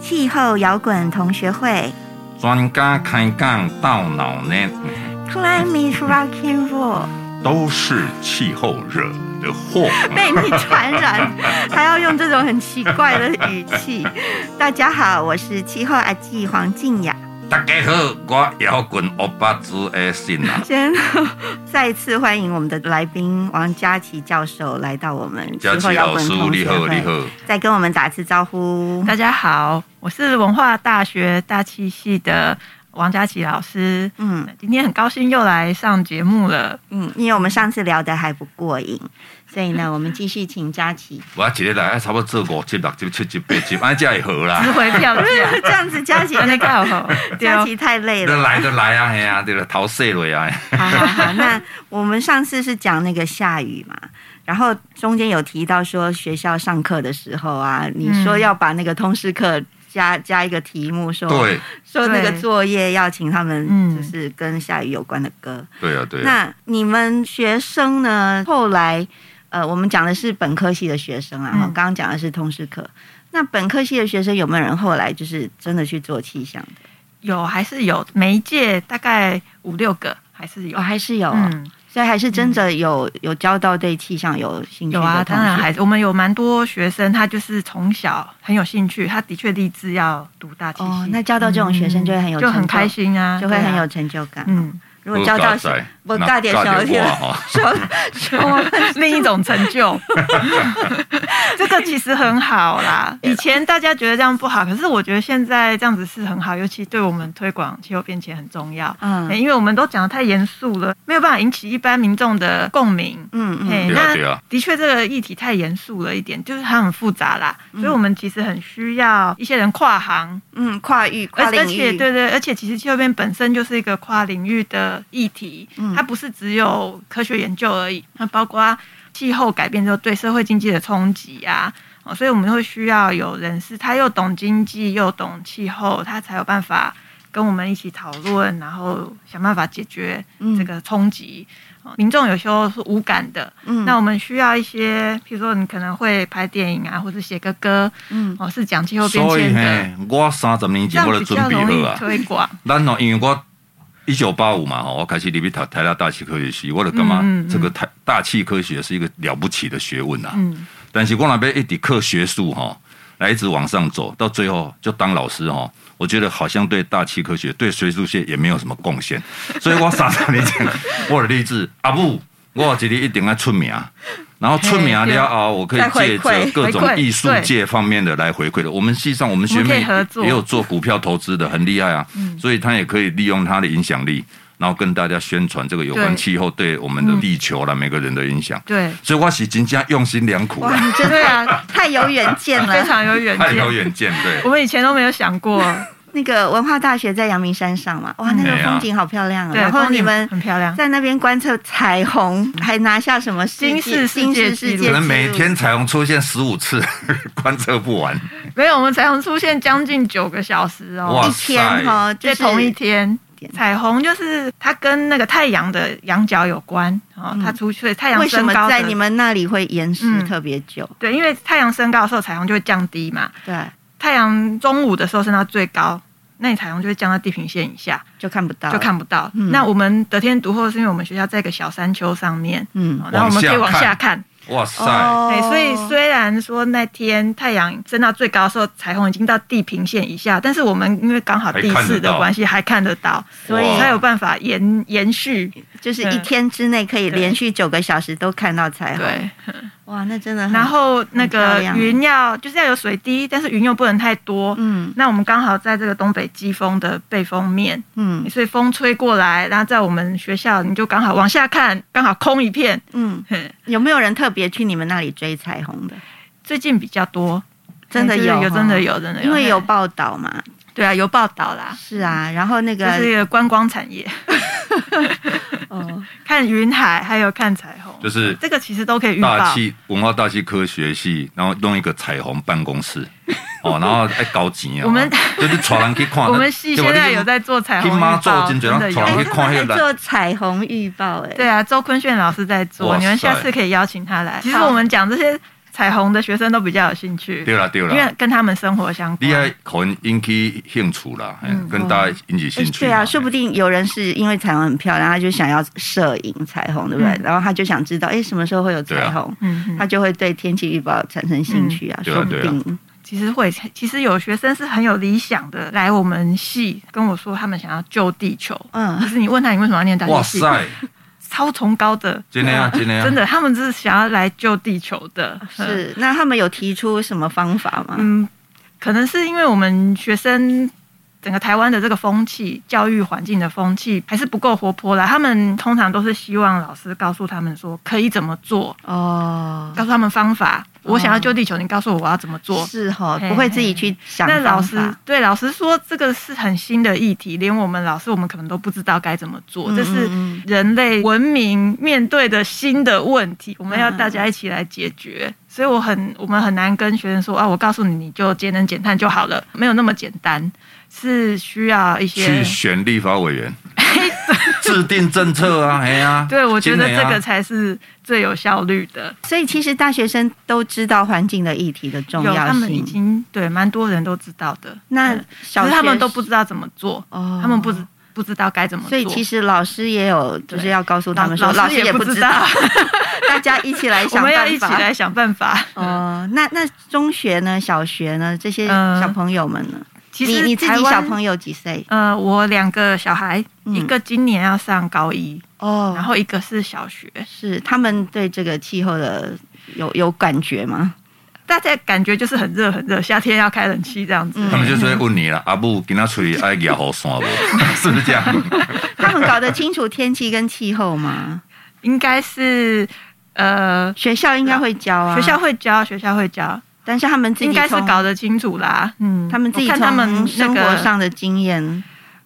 气候摇滚同学会专家开杠到脑呢， ，Climate Rocking Roll 都是气候惹的祸。被你传染，还要用这种很奇怪的语气。大家好，我是气候阿纪黄静雅。大家好，我摇滚欧巴子的信 啊，先呃再次欢迎我们的来宾王佳琪教授来到我们气佳候琪摇老滚师同你学好，你会，好，再跟我们打次招呼。大家好，我是文化大学大气系的王佳琪老师。嗯今天很高兴又来上节目了。嗯，因为我们上次聊的还不过瘾，所以呢，我们继续请佳琪。我一日来差不多做五集、六集、七集、八集，安才会好啦值。回票 价，这样子，佳琪， 那个好，对佳哦，琪太累就了。来就来啊，嘿啊，对了，逃税了呀。好好好，那我们上次是讲那个下雨嘛，然后中间有提到说学校上课的时候啊，你说要把那个通识课加加一个题目说，对，说那个对作业要请他们嗯就是跟下雨有关的歌。对啊，对啊。那你们学生呢？后来，呃，我们讲的是本科系的学生啊，嗯哈刚刚讲的是通识课。那本科系的学生有没有人后来就是真的去做气象的？有还是有，每一届大概五六个，还是有哦，。还是有哦、嗯，所以还是真的有、有交到对气象有兴趣的有啊，同当然学还是我们有蛮多学生，他就是从小很有兴趣，他的确立志要读大气系。哦，那交到这种学生就会很有嗯就很成就开，心啊，就会很对啊有。成就感。嗯，如果交到小我大点小我点，哈， 说 哦说另一种成就， 这个其实很好 啦。以前大家觉得这样不好，可是我觉得现在这样子是很好，尤其对我们推广气候变迁很重要。欸嗯因为我们都讲的太严肃了，没有办法引起一般民众的共鸣。嗯嗯嘿对啊对啊那的确这个议题太严肃了一点，就是它很复杂啦，所以我们其实很需要一些人跨行，嗯，跨域而跨而领且域， 对对，而且其实气候变本身就是一个跨领域的议题，嗯它不是只有科学研究而已，它包括气候改变之后对社会经济的冲击啊。哦，所以我们会需要有人士，他又懂经济又懂气候，他才有办法跟我们一起讨论，然后想办法解决嗯这个冲击。哦民众有时候是无感的，嗯那我们需要一些，譬如说你可能会拍电影啊，或者写个歌，嗯哦，是讲气候变所以迁的嘿。，我三十年这前样我就比较准备容好易啊。推 广。咱哦，因为我一九八五嘛，吼，我开始入去读台大大气科学系，我就干嘛嗯嗯嗯这个台大气科学是一个了不起的学问啊。嗯，但是我那边一直课学术哈，来一直往上走，到最后就当老师哈。我觉得好像对大气科学、对学术界也没有什么贡献，所以我傻傻的 讲，我的励志阿布，我有一日一定要出名，然后出名了后，我可以再回借馈着各种回馈艺术界方面的来回馈的。我们系上我们学我们可妹以合作嗯也有做股票投资的，很厉害啊，所以她也可以利用她的影响力，然后跟大家宣传这个有关对嗯气候对我们的地球啦、每个人的影响。对，所以我是真正用心良苦啊哇，。你真对的 啊，太有远见 非了。常有远太有见。远见，我对，们以前都没有想 过，那个文化大学在阳明山上嘛，哇，那个对啊风景好漂亮啊！嗯对，然后你们很漂亮，在那边观测彩虹，还拿下什么世金界氏世金界氏世界纪录纪可录能每天彩虹出现十五次， 观测不完。没有我们彩虹出现将近九个小时哇哦一，天哈，就是在同一天点。彩虹就是它跟那个太阳的仰角有关哦嗯，它出去太阳为什升么高在你的们那里会延时嗯特别久？对，因为太阳升高的时候彩虹就会降低嘛，对，太阳中午的时候升到最高，那你彩虹就会降到地平线以下，就看不到，就，看不到。嗯那我们得天独厚是因为我们学校在一个小山丘上面，嗯，哦然后我们可以往往下下看，哇塞，哦对，所以虽然说那天太阳升到最高的时候，彩虹已经到地平线以下，但是我们因为刚好地还看得势到的关系，还看得到，所以哇才有办法延延续。就是一天之内可以对连续九个小时都看到彩虹，对，哇，那真的很，嗯然后那很漂个亮云要就是要有水滴，但是云又不能太多。嗯那我们刚好在这个东北季风的背风面，嗯所以风吹过来，然后在我们学校你就刚好往下看，刚好空一片。 嗯，哼有没有人特别去你们那里追彩虹的？最近比较多，真的就是有有，哦真的有，真的有，因为有嘿报道嘛，对啊，有报道啦。是啊，然后那就个是一个观光产业， 哦，看云海，还有看彩虹，就是这个其实都可以预大报。气文化大气科学系，然后弄一个彩虹办公室，哦，然后还搞钱啊， 我们就是带人去看。我们系现在有在做彩虹去预妈报，祖真多人真的传哎我有去。看那个他们在做彩虹预报，哎，对啊，周坤炫老师在哇做，塞你们下次可以邀请他来。其实好我们讲这些彩虹的学生都比较有兴趣，对啦啊对因啦为，跟他们生活相你要关。可能引起兴趣啦，嘿嗯跟大家引起兴诶趣嘛。对啊，嘿说不定有人是因为彩虹很漂亮，他就想要摄影彩虹，对不对？嗯然后他就想知道，哎，什么时候会有啊彩虹？嗯嗯他就会对天气预报产生兴趣啊，嗯对啊说不定。其实会，其实有学生是很有理想的，来我们系跟我说他们想要救地球。可嗯，是你问他你为什么要念大哇学系，塞，超崇高的，真的 啊真的啊真的，他们是想要来救地球的。嗯，是。那他们有提出什么方法吗？嗯，可能是因为我们学生。整个台湾的这个风气，教育环境的风气还是不够活泼啦。他们通常都是希望老师告诉他们说可以怎么做，哦，告诉他们方法。我想要救地球，你告诉我我要怎么做。是哈，哦嘿不会自己去想那老方师法。对老师说，这个是很新的议题，连我们老师我们可能都不知道该怎么做，嗯这是嗯人类文明面对的新的问题，我们要嗯嗯大家一起来解决。所以我很我们很难跟学生说啊，我告诉你你就节能减碳就好了，没有那么简单，是需要一些去选立法委员，制定政策啊，哎呀，哎 对我觉得真的这啊个才是最有效率的。所以其实大学生都知道环境的议题的重有要他们已性。经对蛮多人都知道的，那嗯小可是他们学都不知道怎么做，哦他们不知不知道该怎么做。所以其实老师也有，就是对要告诉他老们说，老师也不不知知道， 大家一起来 我想们要一办起法。来想办 法。哦，那那中学呢？小学呢？这些嗯小朋友们呢？其你实你自己小朋友，友几岁？呃，我两个小孩，嗯一个今年要上高一，哦，然后一个是小学。是他们对这个气候的有有感觉 吗？大家感觉就是很热很热，夏天要开冷气这样子。嗯他们就是会问你啊了，阿布给他吹爱牙好酸不？ 是不是这样？ 他们搞得清楚天气跟气候吗？应该是呃，学校应该会教啊，学校，会教，学校会教，但是他们自己应该是从搞得清楚啦。嗯，他们自己我看他们从那生活个上的经验，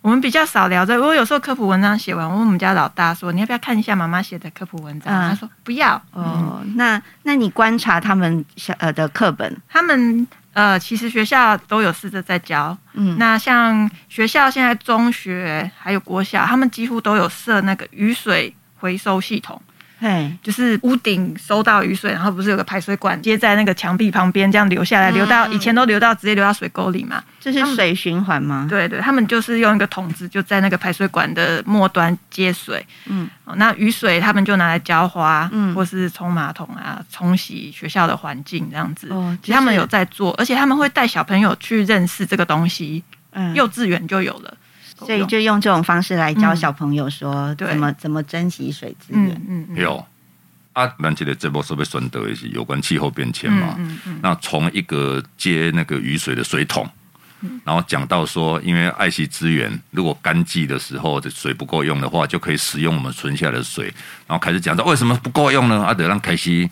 我们比较少聊这个。我有时候科普文章写完，我问我们家老大说：“你要不要看一下妈妈写的科普文章？”嗯他说：“不要。”哦，哦，那那你观察他们小呃的课本，他们呃，其实学校都有试着在教。嗯，那像学校现在中学还有国小，他们几乎都有设那个雨水回收系统。嘿，就是屋顶收到雨水，然后不是有个排水管接在那个墙壁旁边，这样流下来，嗯流到嗯以前都流到直接流到水沟里嘛。这是水循环吗？对对，他们就是用一个桶子就在那个排水管的末端接水，嗯哦那雨水他们就拿来浇花，嗯或是冲马桶啊，冲洗学校的环境这样子。哦其实他们就是有在做，而且他们会带小朋友去认识这个东西，嗯，幼稚园就有了。所以就用这种方式来教嗯小朋友说对怎么怎么珍惜水资嗯源。嗯嗯，有啊，咱这个节目是不是选择的是有关气候变迁嘛？嗯嗯那从一个接那个雨水的水桶，嗯然后讲到说，因为爱惜资源，如果干季的时候的水不够用的话，就可以使用我们存下来的水，然后开始讲到为什么不够用呢？啊，得让凯西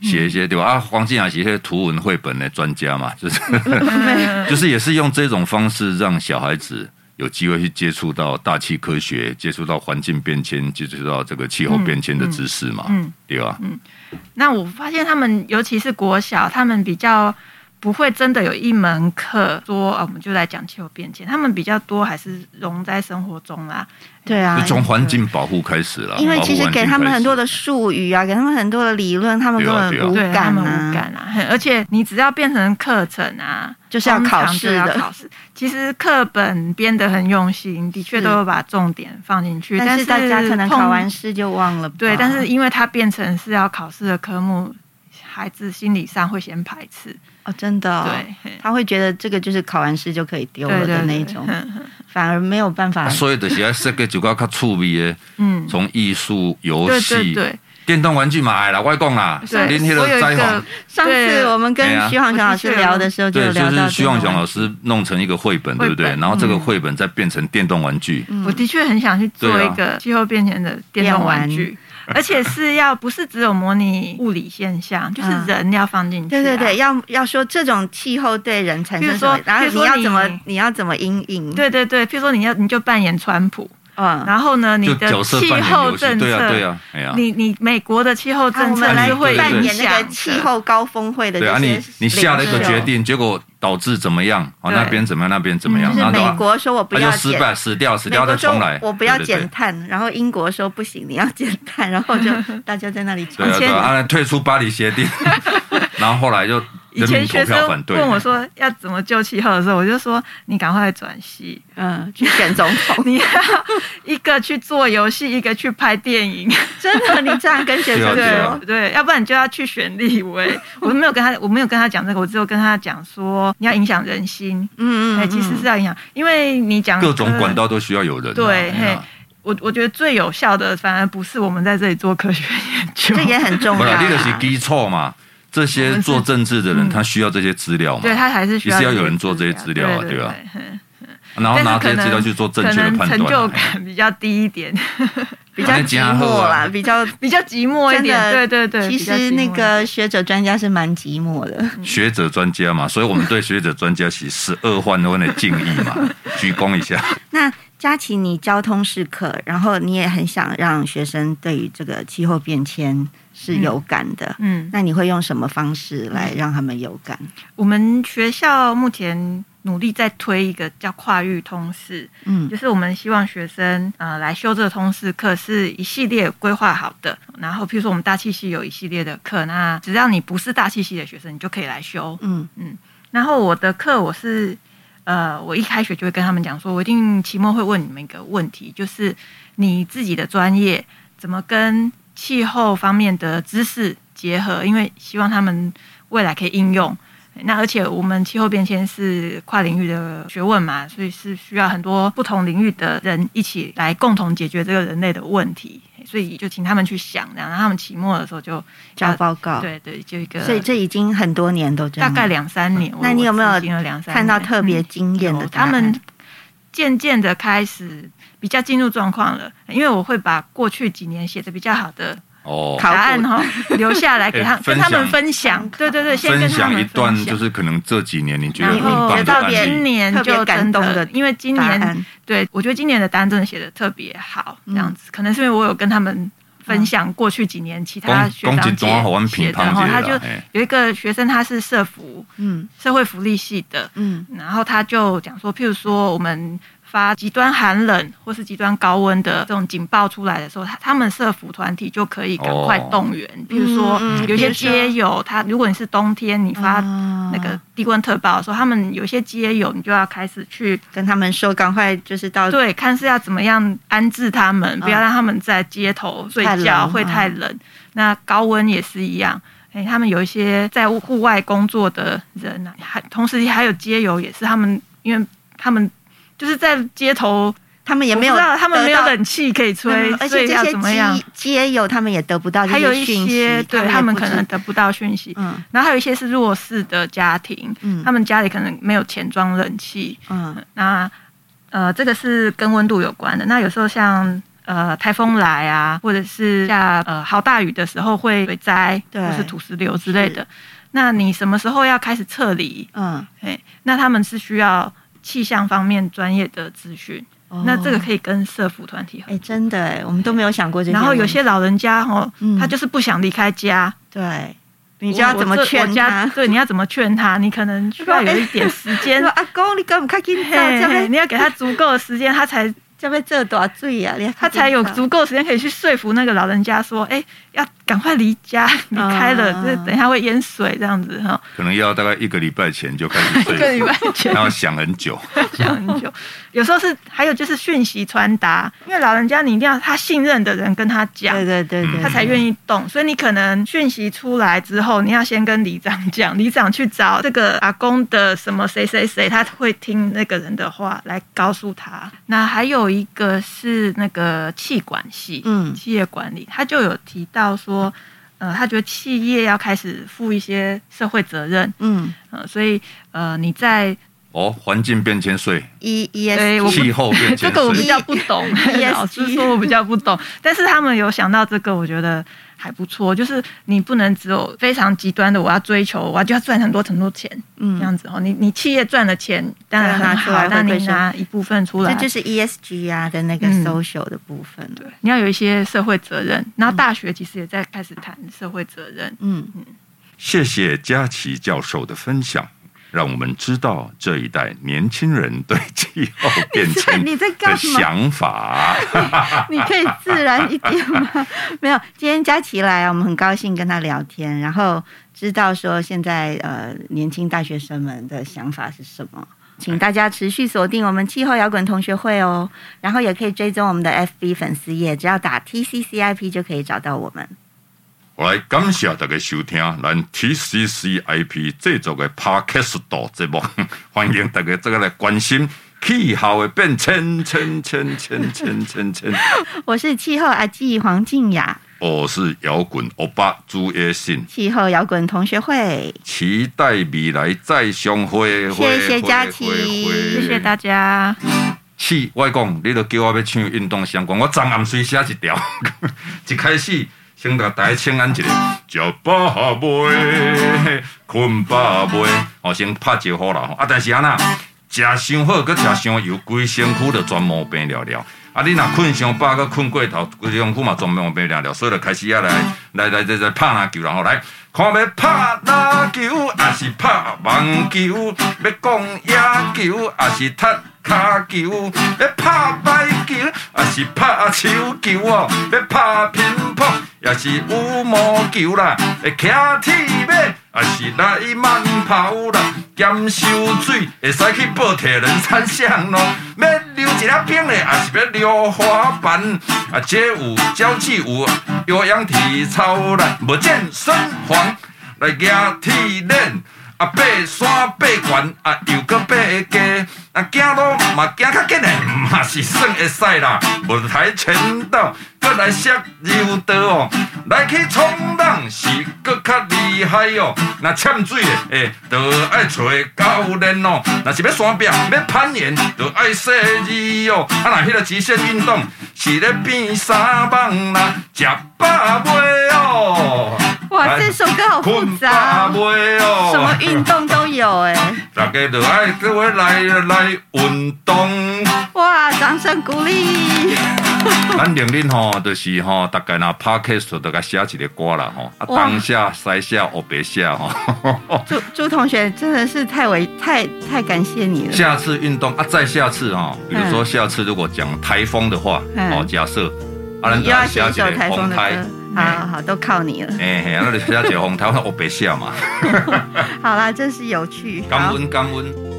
写一嗯些、对吧？啊，黄静雅写一些图文绘本的专家嘛， 就是 就是也是用这种方式让小孩子。有机会去接触到大气科学，接触到环境变迁，接触到这个气候变迁的知识嘛，嗯嗯对吧？那我发现他们，尤其是国小，他们比较不会真的有一门课说，啊，我们就来讲气候变迁。他们比较多还是融在生活中啦。对啊就，从环境保护开始了，因为保护其实环给境他们开很始多的术语啊，给他们很多的理论，他们对根啊本无对他感们无啊。感啊，很而且你只要变成课程啊，就是要通考常试就要的考试。其实课本编得很用心，的确是都有把重点放进去，但但是大家可能碰考完哦试就忘了吧。对，但是因为它变成是要考试的科目，孩子心理上会先排斥。哦，真的哦、对，嘿他会觉得这个就是考完试就可以丢了对的对那一对 种，哼哼反而没有办法啊。所以就是要设计一个较趣味的，嗯，从艺术、游对对戏、对。电动玩具嘛，哎啦，外公啦，对，恁迄我有个一灾个红，上次对啊我们跟哎呀徐晃祥老师聊的时候就有对，聊就到是徐望雄老师，师弄成一个绘本，对不对？绘本然后这个嗯绘本再变成电动玩具，嗯我的确很想去做对一啊个气候变迁的电动玩具，而且是要不是只有模拟物理现象，就是嗯人要放进去、啊对对对，。要要说这种气候对人产生什么比如说，然后比如你说要怎么你你要怎么阴影，，对对对，譬如说你要你就扮演川普，嗯，然后呢，你就的角色气扮演游候戏，政对啊，策，对啊，哎呀，你你美国的气候啊政我们策来是会扮影演那响个的气候高峰会的对啊，这些你你下了一个领袖决，定，结果导致怎么样？哦，对那边怎么样？那边怎么样？就然是后美国说我不他要就失减，败，死掉，死美掉再国说重来。我不要对对对减碳，然后英国说不行，你要减碳，然后就大家在那里吵对啊，前对啊，啊退出巴黎协定，然后后来就以人前民投学票生反对。问我说要怎么救气候的时候，我就说你赶快转系，嗯，去选总统，你要一个去做游戏，一个去拍电影，真的你这样跟学 生对啊说啊，对，要不然你就要去选立 委。我没有跟他，我没有跟他讲这个，我只有跟他讲说你要影响人心，嗯嗯，哎、嗯其实是要影响，因为你讲呃各种管。道都需要有人啊、啊对哎呀我我觉得最有效的，反而不是我们在这里做科学研究，这也很重不要啦，啊。那个是基础嘛。这些做政治的人，他需要这些资料嘛 嗯对，他还是需要也是要有人做这些资料啊对对吧？对对然后拿这些资料去做正可确的能判成就断。啊感比较低一点，比较寂寞啦，比较比较寂寞一真点。对的，对对，其比较寂实寞一嗯那点个学者专家是蛮寂寞的，哎学者专家嘛，所以我们对学者专家起十二万分的敬意 嘛，鞠躬一下。那佳琪，你交通是课，然后你也很想让学生对于这个气候变迁是有感的，嗯，那你会用什么方式来让他们有感？我们学校目前努力在推一个叫跨域通识，嗯就是我们希望学生呃来修这个通识课是一系列规划好的。然后，譬如说我们大气系有一系列的课，那只要你不是大气系的学生，你就可以来修。嗯然后我的课我是呃，我一开学就会跟他们讲说，我一定期末会问你们一个问题，就是你自己的专业怎么跟气候方面的知识结合，因为希望他们未来可以应用。那而且我们气候变迁是跨领域的学问嘛，所以是需要很多不同领域的人一起来共同解决这个人类的问题，所以就请他们去想，然后他们期末的时候就交报告，，对对，就一个所以这已经很多年都这大样，概两三年。那我你有没有我执行了两三看到年特别嗯惊艳的有答案他们渐渐的开始比较进入状况了，因为我会把过去几年写的比较好的哦，考答古案哈、留下来给他、 哎跟分他们享分享，对对对，先分跟他享们一段分享就是可能这几年你觉得然很后棒的到案别今例，年特别就感真动的因为今答年案，对我觉得今年的单真的写的特别好，这样嗯子、可能是因为我有跟他们分享过去几年其他讲学讲长一段给啊我姐们写评的，判然后一下哦他啦哎就啊嘿有一个学生他是社服嗯社会福利系的，嗯然后他就讲说，譬如说我们发极端寒冷或是极端高温的这种警报出来的时候，他他们社服团体就可以赶快动员。比如说嗯嗯有一些比如说街友，他如果你是冬天，你发啊那个低温特报的时候，他们有一些街友，你就要开始去跟他们说，赶快就是到对，看是要怎么样安置他们，不要让他们在街头嗯睡太觉冷嗯会太冷。那高温也是一样。哎，他们有一些在户外工作的人啊，还同时还有街友，也是他们，因为他们就是在街头，他们也没有我得不到，知道他们没有冷气可以吹嗯，而所且以这要些怎么样？街街友他们也得不到这还有些一讯些息，对他他们也不可知能得不到讯息，嗯然后还有一些是弱势的家庭，嗯他们家里可能没有钱装冷气，嗯那呃，这个是跟温度有关的。那有时候像呃台风来啊，或者是下呃好大雨的时候会水灾，对或是土石流之类的。那你什么时候要开始撤离？嗯，哎，那他们是需要气象方面专业的资讯。哦那这个可以跟社服团体合哎、真的哎，我们都没有想过这些问然题。后有些老人家哦，嗯他就是不想离开家，对，你就要怎么劝我他家？对，你要怎么劝他？你可能需要有一点时他 间说，阿公，哎你给我们看今早，嘿这嘿边你要给他足够的时间，他才这边这多醉啊，你他才有足够时间可以去说服那个老人家说，哎、要赶快离 家离开了，啊这、等一下会淹水这样 子哈。可能要大概一个礼拜前就开始 一个礼睡，拜前然后想很久。想很久，有时候是还有就是讯息传达，因为老人家你一定要他信任的人跟他讲。对对对对，他才愿意动，所以你可能讯息出来之后，你要先跟里长讲， 里长去找这个阿公的什么谁谁谁，他会听那个人的话来告诉他。那还有一个是那个气管系，嗯企业管理，他就有提到说，呃，他觉得企业要开始负一些社会责任，嗯呃，所以呃，你在哦，环境变迁税、 ，E E 对 S 我 G，气候变 这迁个我比税，较不 懂 ESG，老实说我比较不懂，但是他们有想到这个，我觉得还不错。就是你不能只有非常极端的，我要追求，我就要赚很多很多钱，嗯这样子哦。你你企业赚了钱，当对啊然很拿出来好，回但馈你社会拿一部分出这来，就是 E S G 啊的那个嗯 social 的部分。对，你要有一些社会责任。然后大学其实也在开始谈社会责任。嗯，谢谢佳琪教授的分享。让我们知道这一代年轻人对气候变 迁你在干的嘛？想法。 你可以自然一点吗？ 没有，今天佳琪来啊，我们很高兴跟她聊天，然后知道说现在呃年轻大学生们的想法是什么。请大家持续锁定我们气候摇滚同学会哦，然后也可以追踪我们的 FB 粉丝页，只要打 TCCIP 就可以找到我们。我来感谢大家收听咱 TCCIP 制作的 Podcast 节目，欢迎大家这个来关心气候的变迁，迁迁迁迁迁迁。 我是气候阿纪黄静雅，我是摇滚欧巴朱叶信，气候摇滚同学会，期待未来再相会。谢谢佳琪谢谢大家。是，我讲，你都叫我要唱运动相关，我昨暗时写一条， 一开始先甲大家请安一下，食饱未，困饱未，哦，先拍招呼啦。吼啊，但是安那，食伤好，佮食伤油，规身躯就全毛病了了。啊，你若困伤饱，佮困过头，规身躯嘛全毛病了了，所以就开始啊来来来来来拍篮球啦，然后来。看要拍篮球，还是拍网球？要讲野球，还是踢骹球？要拍排球，还是拍手球哦？要拍乒乓，也是羽毛球啦。会骑铁马，还是来慢跑啦？减收水，会使去报铁人三项咯。要溜一粒冰嘞，还是要溜滑板？啊，街舞、交际舞、有氧体操啦，无健身房来举铁链。啊，爬山爬悬，啊又搁爬低，啊行路嘛行较紧嘞， 嘛是算会使啦。无跆拳道，搁来摔柔道哦，来去冲浪是搁较厉害哦。若欠水诶，诶、就爱找教练哦。若是要山壁要攀岩，就爱说字哦。啊，若迄个极限运动是咧变三棒啦，食饱未哦？哇，来这首歌好复困杂饱哦，未哦？什么运动都有哎、大家就爱各位来来运 动。哇，掌声鼓励！咱玲玲吼，就是吼，大概若 podcast 大概写一个歌啦吼，啊，哇当下、西下、黑白下吼。 朱朱同学真的是太伟太太感谢你了，下次运动啊，再下次哈，比如说下次如果讲台风的话，嗯哦，假设啊，咱你就又要来写一首台风的歌，好好哎好，都靠你了。哎 嘿，那就写一个风台，我黑白下嘛，哎好啦，真是有趣。感好，恩感恩。